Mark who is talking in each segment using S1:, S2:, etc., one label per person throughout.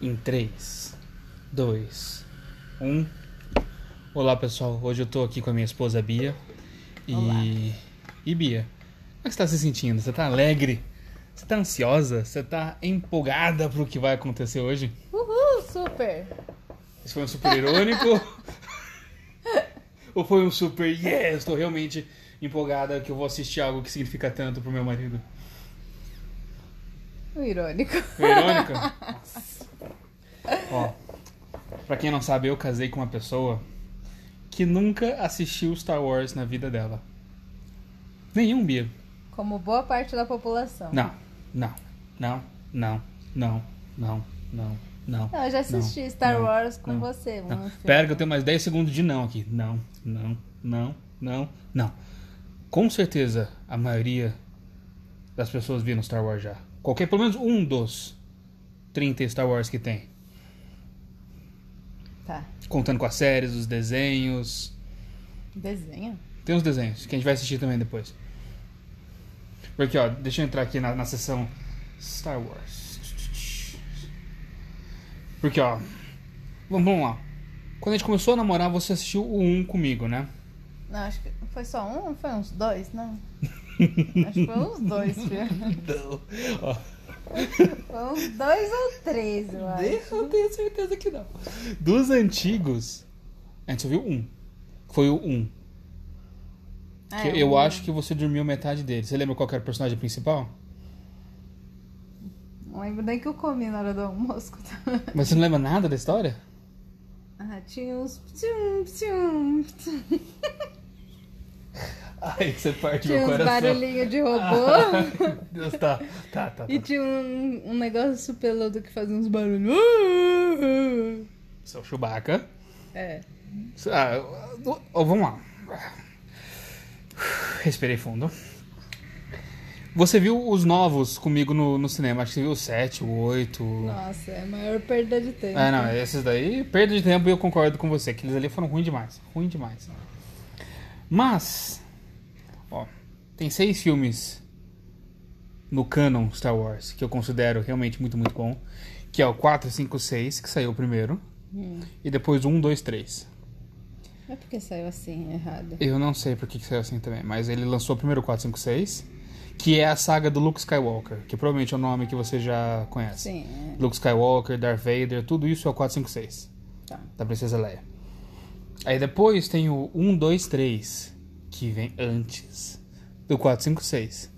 S1: Em 3, 2, 1. Olá pessoal, hoje eu tô aqui com a minha esposa Bia. E.
S2: Olá.
S1: E Bia, como é que você tá se sentindo? Você tá alegre? Você tá ansiosa? Você tá empolgada pro que vai acontecer hoje?
S2: Uhul, super!
S1: Esse foi um super irônico? Ou foi um super yes? Estou realmente empolgada que eu vou assistir algo que significa tanto pro meu marido?
S2: O irônico.
S1: Foi irônico? Ó, pra quem não sabe, eu casei com uma pessoa que nunca assistiu Star Wars na vida dela. Nenhum, Bia.
S2: Como boa parte da população.
S1: Não, não, não, não, não, não, não, não.
S2: Não, eu já assisti Star
S1: não,
S2: Wars com
S1: não,
S2: você.
S1: não.
S2: Mano,
S1: Pera que eu tenho mais 10 segundos de não aqui. Não, não, não, não, não. Com certeza a maioria das pessoas viram Star Wars já. Qualquer, pelo menos um dos 30 Star Wars que tem.
S2: Tá.
S1: Contando com as séries, os desenhos.
S2: Desenho?
S1: Tem uns desenhos que a gente vai assistir também depois. Porque, ó, deixa eu entrar aqui na, na seção Star Wars. Porque, ó, vamos, vamos lá. Quando a gente começou a namorar, você assistiu o 1 comigo, né?
S2: Não, acho que foi só um ou foi uns dois? Não. acho que foi uns dois, filho.
S1: Não. Ó,
S2: Foi uns dois ou três, eu acho.
S1: eu tenho certeza que não. Dos antigos, a gente só viu um. Foi o 1.
S2: Ah,
S1: que
S2: é,
S1: eu
S2: um.
S1: acho que você dormiu metade dele. Você lembra qual que era o personagem principal?
S2: Não lembro nem que eu comi na hora do almoço.
S1: Mas você não lembra nada da história?
S2: ah, tinha uns. Tchum, tchum, tchum.
S1: Ai, você parte
S2: Tinha uns barulhinhos de robô.
S1: Deus, tá, tá, tá.
S2: E tinha um, um negócio peludo que fazia uns barulhos. Uh, uh, uh.
S1: Seu Chewbacca.
S2: É.
S1: Ah, ó, ó, vamos lá. Respirei fundo. Você viu os novos comigo no, no cinema? Acho que você viu o 7, o 8.
S2: Nossa, é a maior perda de tempo.
S1: Ah, não, esses daí, perda de tempo, eu concordo com você. Aqueles ali foram ruins demais. Ruim demais. Mas, ó, tem seis filmes no canon Star Wars que eu considero realmente muito, muito bom. Que é o 4, 5, 6, que saiu primeiro.
S2: Hum.
S1: E depois um, o 1, 2, 3.
S2: É porque saiu assim, errado.
S1: Eu não sei por que que saiu assim também, mas ele lançou primeiro o 456, que é a saga do Luke Skywalker, que provavelmente é o nome que você já conhece.
S2: Sim, é.
S1: Luke Skywalker, Darth Vader, tudo isso é o 456,
S2: Tá.
S1: da Princesa Leia. Aí depois tem o 123, que vem antes do 456.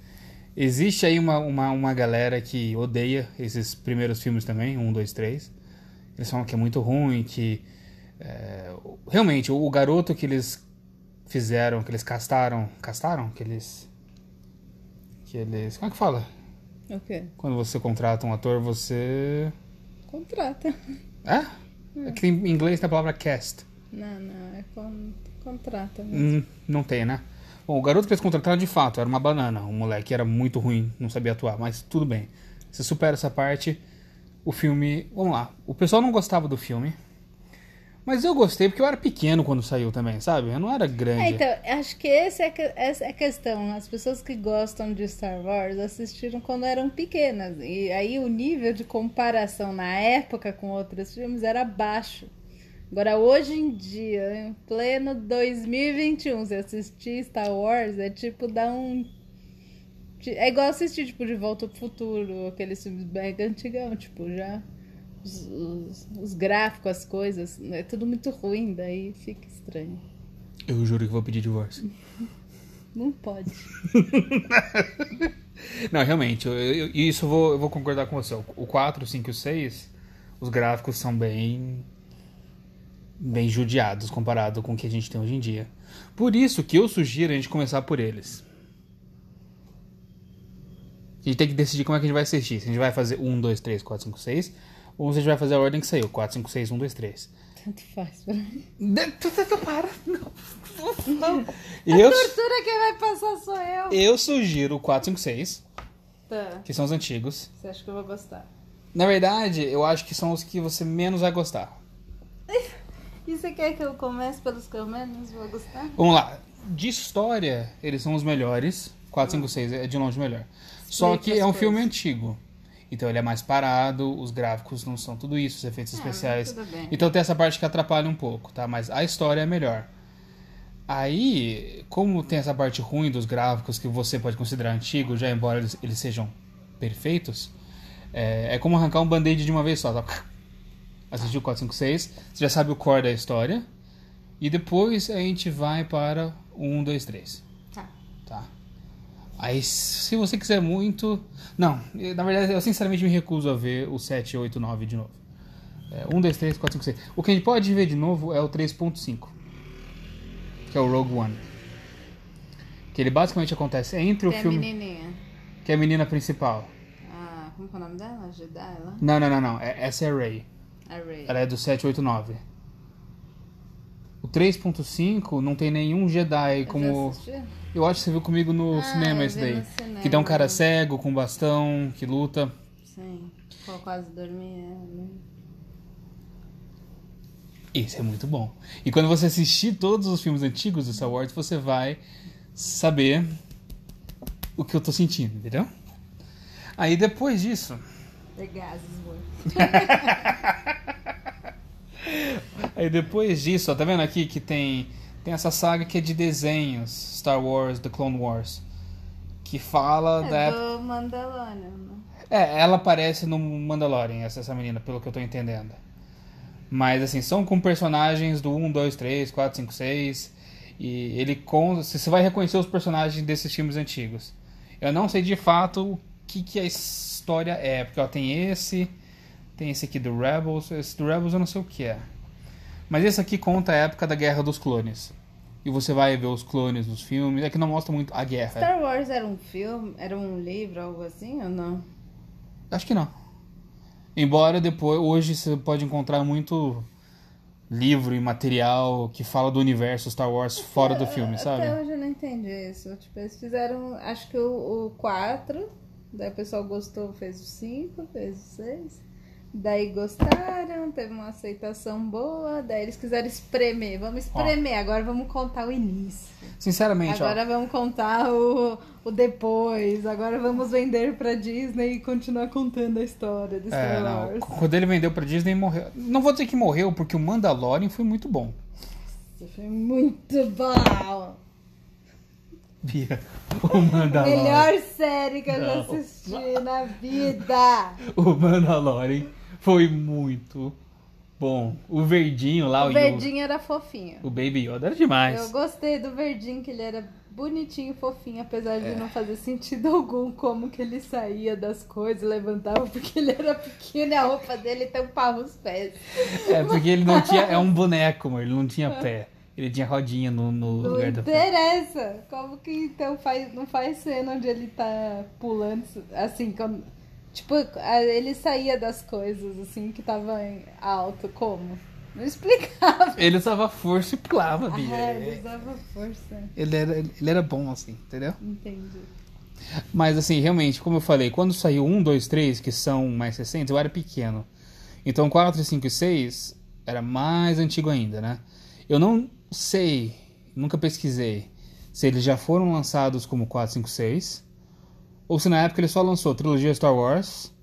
S1: Existe aí uma, uma, uma galera que odeia esses primeiros filmes também, 1, 2, 3. Eles falam que é muito ruim, que. é, o- realmente, o, o garoto que eles fizeram, que eles castaram. Castaram? Que eles. Que eles. Como é que fala?
S2: O quê?
S1: Quando você contrata um ator, você.
S2: Contrata.
S1: É? É que em inglês tem a palavra cast.
S2: Não, não, é con... contrata. né?
S1: Hum, não tem, né? Bom, o garoto que eles contrataram de fato era uma banana. O moleque era muito ruim, não sabia atuar, mas tudo bem. Você supera essa parte. O filme. Vamos lá. O pessoal não gostava do filme. Mas eu gostei porque eu era pequeno quando saiu também, sabe? Eu não era
S2: É,
S1: grande.
S2: então, acho que esse é que- essa é a questão. As pessoas que gostam de Star Wars assistiram quando eram pequenas. E aí o nível de comparação na época com outros filmes era baixo. Agora, hoje em dia, em pleno 2021, se um, assistir Star Wars é tipo dar um. É igual assistir, tipo, De Volta pro Futuro, aqueles filmes bem antigão, tipo, já. Os, os- os gráficos, as coisas, é tudo muito ruim, daí fica estranho.
S1: Eu juro que vou pedir divórcio.
S2: Não pode.
S1: Não, realmente, eu, eu- isso eu vou, eu vou concordar com você. O- O 4, o 5 e o 6, os gráficos são bem. bem judiados comparado com o que a gente tem hoje em dia. Por isso que eu sugiro a gente começar por eles. A gente tem que decidir como é que a gente vai assistir. Se a gente vai fazer 1, 2, 3, 4, 5, 6. Ou se a gente vai fazer a ordem que saiu: 4, 5, 6, 1, 2, 3.
S2: Tanto faz. pra mim.
S1: Para! Não! Eu,
S2: Tortura quem vai passar sou eu.
S1: eu sugiro o 4, 5, 6,
S2: Tá.
S1: que são os antigos.
S2: Você acha que eu vou gostar?
S1: Na verdade, eu acho que são os que você menos vai gostar.
S2: E você quer que eu comece pelos que eu menos vou gostar?
S1: Vamos lá. De história, eles são os melhores. 4, 5, 6 é de longe o melhor. Só
S2: Explica
S1: que é
S2: as
S1: um filme
S2: coisas.
S1: antigo. Então ele é mais parado, os gráficos não são tudo isso, os efeitos
S2: É,
S1: especiais.
S2: tudo bem.
S1: Então tem essa parte que atrapalha um pouco, tá? Mas a história é melhor. Aí, como tem essa parte ruim dos gráficos que você pode considerar antigo, já embora eles, eles sejam perfeitos, é, é como arrancar um band-aid de uma vez só, tá? Assistiu 456, você já sabe o core da história. E depois a gente vai para 1, 2, 3.
S2: Tá.
S1: Tá. Aí, se você quiser muito. Não, eh, na verdade, eu sinceramente me recuso a ver o 7, 8, 9 de novo. É, 1, 2, 3, 4, 5, 6. O que a gente pode ver de novo é o 3.5, que é o Rogue One. Que ele basicamente acontece entre o
S2: Tem a
S1: filme.
S2: menininha.
S1: Que é a menina principal.
S2: Ah, como que é o nome dela? Jedi lá?
S1: Não, não, não, não. É, essa é a Rey.
S2: A Rey.
S1: Ela é do 789. O 3.5 não tem nenhum Jedi como. Eu acho que você viu comigo no
S2: Ah,
S1: cinema
S2: eu
S1: esse
S2: vi
S1: daí.
S2: no cinema.
S1: Que dá um cara cego com bastão, que luta.
S2: Sim. Pô, quase dormi. é, né?
S1: Isso é muito bom. E quando você assistir todos os filmes antigos do Star Wars, você vai saber o que eu tô sentindo, entendeu? Aí depois disso.
S2: Orgasmo.
S1: Aí depois disso, ó, tá vendo aqui que tem tem essa saga que é de desenhos, Star Wars, The Clone Wars, que fala da
S2: É
S1: época
S2: do Mandalorian, né?
S1: É, ela aparece no Mandalorian, essa, essa menina, pelo que eu tô entendendo. Mas, assim, são com personagens do 1, 2, 3, 4, 5, 6. E ele conta. Você vai reconhecer os personagens desses filmes antigos. Eu não sei de fato o que, que a história é, porque ó, tem esse, tem esse aqui do Rebels. Esse do Rebels eu não sei o que é. Mas esse aqui conta a época da Guerra dos Clones. E você vai ver os clones nos filmes. É que não mostra muito a guerra.
S2: Star Wars era um filme, era um livro, algo assim ou não?
S1: Acho que não. Embora depois, hoje você pode encontrar muito livro e material que fala do universo Star Wars fora do filme,
S2: É, Até
S1: sabe?
S2: hoje eu não entendi isso. Tipo, eles fizeram, acho que o, o 4, daí o pessoal gostou, fez o 5, fez o 6. Daí gostaram, teve uma aceitação boa, daí eles quiseram espremer. Vamos espremer, agora vamos contar o início.
S1: Sinceramente, ó,
S2: Agora vamos contar o, o depois. Agora vamos vender pra Disney e continuar contando a história do
S1: é,
S2: Star
S1: não,
S2: Wars.
S1: quando ele vendeu pra Disney, morreu. Não vou dizer que morreu, porque o Mandalorian foi muito bom.
S2: Isso foi muito
S1: Tá
S2: bom!
S1: Bia, o Mandalorian.
S2: Melhor série que eu já
S1: Não.
S2: assisti na vida!
S1: O Mandalorian foi muito bom. O verdinho lá,
S2: O
S1: o,
S2: verdinho era fofinho.
S1: o Baby Yoda era demais.
S2: Eu gostei do verdinho, que ele era bonitinho e fofinho, apesar
S1: É.
S2: de não fazer sentido algum como que ele saía das coisas, levantava, porque ele era pequeno e a roupa dele tampava os pés.
S1: É porque ele não tinha. É um boneco, amor. Ele não tinha pé. Ele tinha rodinha no, no
S2: Não
S1: lugar da pé.
S2: interessa. Como que então faz, não faz cena onde ele tá pulando assim, como- tipo, a- ele saía das coisas assim que tava em alto, como? Não explicava.
S1: Ele usava força e pulava, Bia.
S2: Ah, ele usava força.
S1: Ele era, ele era bom assim, entendeu?
S2: Entendi.
S1: Mas assim, realmente, como eu falei, quando saiu 1, 2, 3, que são mais recentes, eu era pequeno. Então 4, 5 e 6 era mais antigo ainda, né? Eu não sei, nunca pesquisei, se eles já foram lançados como 4, 5, 6, ou se na época ele só lançou a trilogia Star Wars.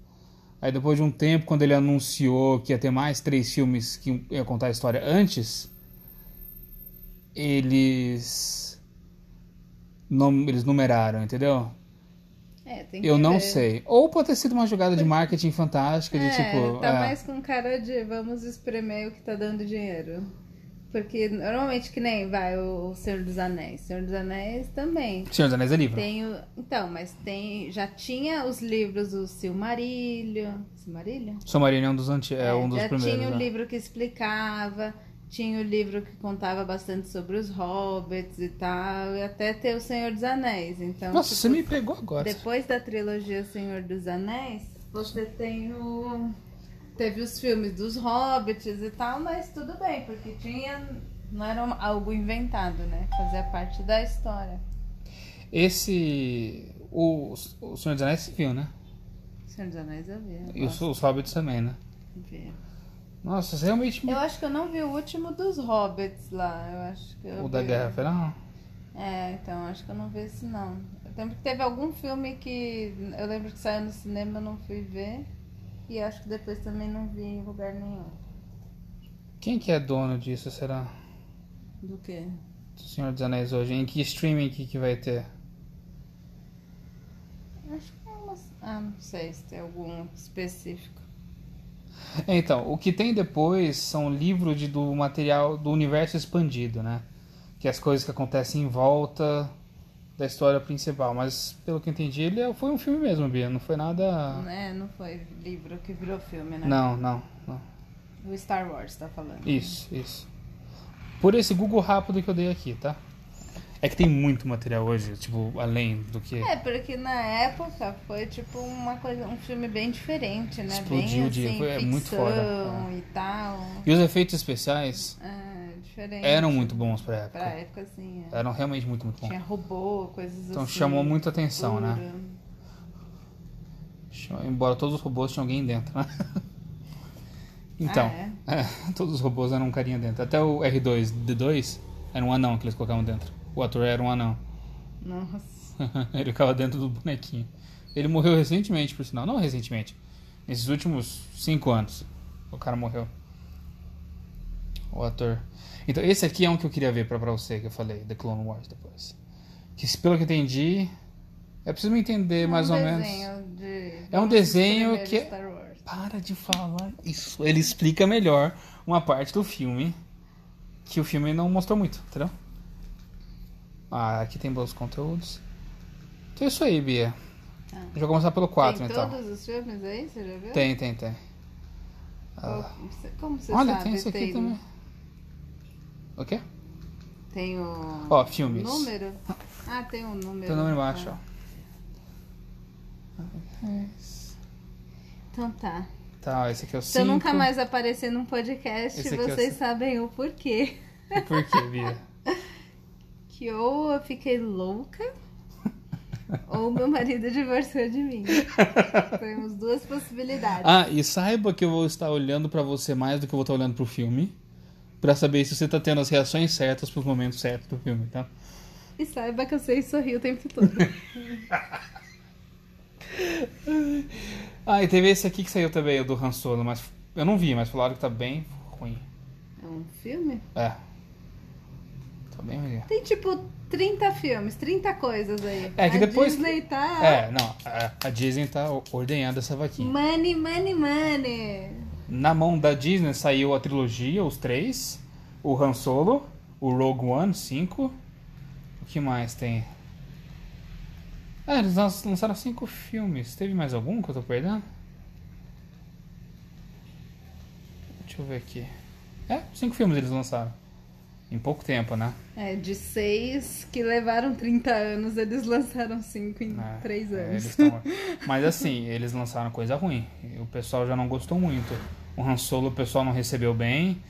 S1: Aí depois de um tempo, quando ele anunciou que ia ter mais três filmes que ia contar a história antes, eles, num- eles numeraram, entendeu?
S2: É, tem que
S1: Eu não
S2: ver.
S1: sei. Ou pode ter sido uma jogada de marketing fantástica, de
S2: É,
S1: tipo.
S2: tá
S1: é,
S2: mais com cara de vamos espremer o que tá dando dinheiro. Porque normalmente que nem vai o o Senhor dos Anéis. Senhor dos Anéis também.
S1: Senhor dos Anéis é livro.
S2: Tem o- então, mas tem, já tinha os livros do Silmarillion. Silmarillion?
S1: Silmarillion é um dos, anti... é, um dos
S2: já
S1: primeiros.
S2: tinha o
S1: né?
S2: livro que explicava, tinha o livro que contava bastante sobre os hobbits e tal, e até ter o Senhor dos Anéis. Então,
S1: Nossa,
S2: tipo,
S1: você me pegou agora.
S2: depois da trilogia Senhor dos Anéis, você tem o. Teve os filmes dos hobbits e tal, mas tudo bem, porque tinha. Não era um- algo inventado, né? Fazia parte da história.
S1: Esse. O, o Senhor dos Anéis se viu, né?
S2: Senhor dos Anéis eu vi.
S1: E
S2: Eu,
S1: os,
S2: gosto
S1: os Hobbits também, né?
S2: de ver.
S1: Nossa, você realmente.
S2: eu acho que eu não vi o último dos hobbits lá. Eu acho que eu
S1: O da
S2: vi-
S1: Guerra Federal?
S2: É, então acho que eu não vi esse não. Lembro que teve algum filme que eu lembro que saiu no cinema, eu não fui ver. E acho que depois também não vi em lugar nenhum.
S1: Quem que é dono disso, será?
S2: Do quê?
S1: Do Senhor dos Anéis hoje? Em que streaming que, que vai ter?
S2: Acho que é uma. Ah, não sei se tem algum específico.
S1: Então, o que tem depois são livros de, do material do universo expandido, né? Que é as coisas que acontecem em volta da história principal. Mas, pelo que eu entendi, ele é- foi um filme mesmo, Bia. Não foi nada...
S2: É, não foi livro que virou filme, né?
S1: Ah. Não, não, não.
S2: O Star Wars tá falando.
S1: Isso, isso. Por esse Google rápido que eu dei aqui, tá? É que tem muito material hoje, tipo, além do que...
S2: É, porque na época foi tipo uma coisa, um filme bem diferente, né? bem
S1: Explodiu de-
S2: assim,
S1: foi- é
S2: ficção
S1: muito foda, É.
S2: e tal.
S1: E os efeitos especiais
S2: É, diferente.
S1: eram muito bons pra época.
S2: Pra época, assim, é.
S1: Eram realmente muito, muito bons.
S2: tinha robô, coisas
S1: Então
S2: assim.
S1: chamou muita atenção, né?
S2: cultura.
S1: Chamou- Embora todos os robôs tinham alguém dentro, né? Então,
S2: Ah,
S1: é, todos os robôs eram um carinha dentro. Até o R2-D2 era um anão que eles colocavam dentro. O ator era um anão.
S2: Nossa.
S1: Ele ficava dentro do bonequinho. Ele morreu recentemente, por sinal. Não recentemente. Nesses últimos cinco anos. O cara morreu. O ator. Então, esse aqui é um que eu queria ver pra, pra você, que eu falei. The Clone Wars depois. Que, se- pelo que eu entendi... É preciso me entender, mais
S2: um
S1: ou
S2: desenho
S1: menos.
S2: De...
S1: É um desenho
S2: Primeiro
S1: que-
S2: Star Wars.
S1: Para de falar isso. Ele explica melhor uma parte do filme que o filme não mostrou muito, entendeu? Ah, aqui tem bons conteúdos. Então é isso aí, Bia.
S2: Tá.
S1: Já vou começar pelo 4,
S2: Tem
S1: então.
S2: todos os filmes aí, você já viu?
S1: Tem, tem, tem. Ah,
S2: Ou- você- Como você
S1: Olha,
S2: sabe?
S1: tem esse aqui também. O quê?
S2: Tem o...
S1: Ó, filmes.
S2: Número? Ah, tem um número.
S1: Tem o nome
S2: tá.
S1: embaixo, ó.
S2: Então tá.
S1: Tá, esse aqui é o 5.
S2: Se eu nunca mais aparecer num podcast,
S1: Esse aqui é o
S2: vocês
S1: cin-
S2: sabem o porquê.
S1: Por quê, Bia?
S2: Que ou eu fiquei louca, ou meu marido divorciou de mim. Temos duas possibilidades.
S1: Ah, e saiba que eu vou estar olhando pra você mais do que eu vou estar olhando pro filme. Pra saber se você tá tendo as reações certas pros momentos certos do filme, tá?
S2: E saiba que eu sei sorrir o tempo todo.
S1: Ah, e teve esse aqui que saiu também, o do Han Solo, mas eu não vi, mas falaram que tá bem ruim.
S2: É um filme?
S1: É. Tá bem ruim.
S2: Tem tipo 30 filmes, 30 coisas aí.
S1: É que
S2: A
S1: depois-
S2: Disney tá.
S1: É, não, a, a Disney tá ordenhando essa vaquinha.
S2: Money, money, money.
S1: Na mão da Disney saiu a trilogia, os três, o Han Solo, o Rogue One 5. O que mais tem? Ah, eles lan- lançaram cinco filmes. Teve mais algum que eu tô perdendo? Deixa eu ver aqui. É, cinco filmes eles lançaram. Em pouco tempo, né?
S2: É, de seis que levaram 30 anos, eles lançaram cinco em
S1: É,
S2: três
S1: é, eles
S2: anos.
S1: tão- Mas assim, eles lançaram coisa ruim. E O pessoal já não gostou muito. O Han Solo o pessoal não recebeu bem.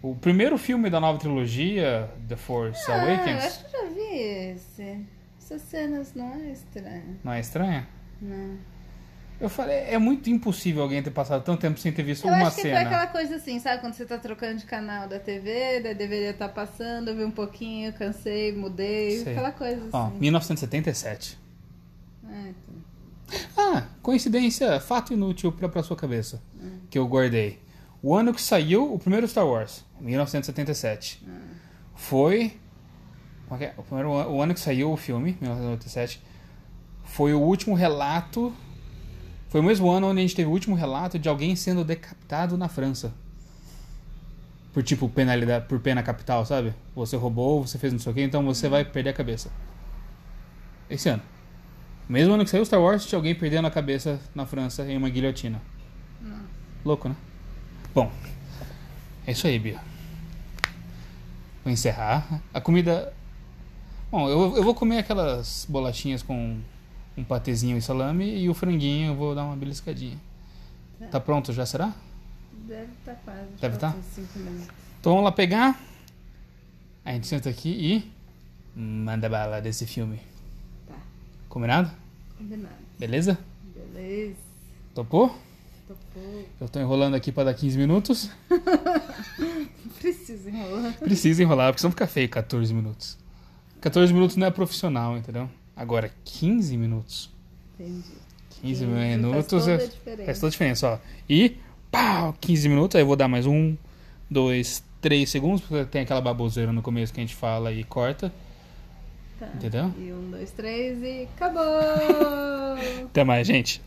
S1: O primeiro filme da nova trilogia, The Force
S2: ah, eu
S1: Awakens,
S2: acho que eu já vi esse. Essas cenas não é estranha.
S1: não é estranha?
S2: Não.
S1: Eu falei, é muito impossível alguém ter passado tanto tempo sem ter visto
S2: Eu
S1: uma
S2: acho que foi
S1: cena.
S2: aquela coisa assim, sabe? Quando você tá trocando de canal da TV, daí deveria estar passando, eu vi um pouquinho, cansei, mudei.
S1: Sei.
S2: Aquela coisa
S1: Ó,
S2: assim.
S1: 1977.
S2: É, então.
S1: Ah, coincidência, fato inútil pra, pra sua cabeça. Que eu guardei. O ano que saiu o primeiro Star Wars, 1977. Foi. como é que é? O, primeiro, an- o ano que saiu o filme, 1977, foi o último relato. Foi o mesmo ano onde a gente teve o último relato de alguém sendo decapitado na França. Por tipo penalidade, por pena capital, sabe? Você roubou, você fez não sei o que, então você vai perder a cabeça. Esse ano. Mesmo ano que saiu Star Wars, tinha alguém perdendo a cabeça na França em uma guilhotina. Louco, né? Bom, é isso aí, Bia. Vou encerrar. A comida. Bom, eu, eu vou comer aquelas bolachinhas com um patezinho e salame e o franguinho eu vou dar uma beliscadinha. Tá pronto já, será?
S2: Deve estar quase.
S1: Deve tá?
S2: faltam cinco minutos.
S1: Então vamos lá pegar. A gente senta aqui e. manda bala desse filme.
S2: Tá.
S1: Combinado?
S2: Combinado.
S1: Beleza?
S2: Beleza.
S1: Topou?
S2: Topou.
S1: Eu tô enrolando aqui pra dar 15 minutos.
S2: Preciso enrolar.
S1: Precisa enrolar, porque senão fica feio 14 minutos. 14 minutos não é profissional, entendeu? Agora, 15 minutos.
S2: Entendi.
S1: 15
S2: Entendi, faz
S1: minutos.
S2: toda a
S1: é-
S2: diferença.
S1: faz toda a diferença, ó. E pau! 15 minutos, aí eu vou dar mais um, dois, três segundos, porque tem aquela baboseira no começo que a gente fala e corta.
S2: Tá.
S1: Entendeu?
S2: E um, dois, três e acabou!
S1: Até mais, gente.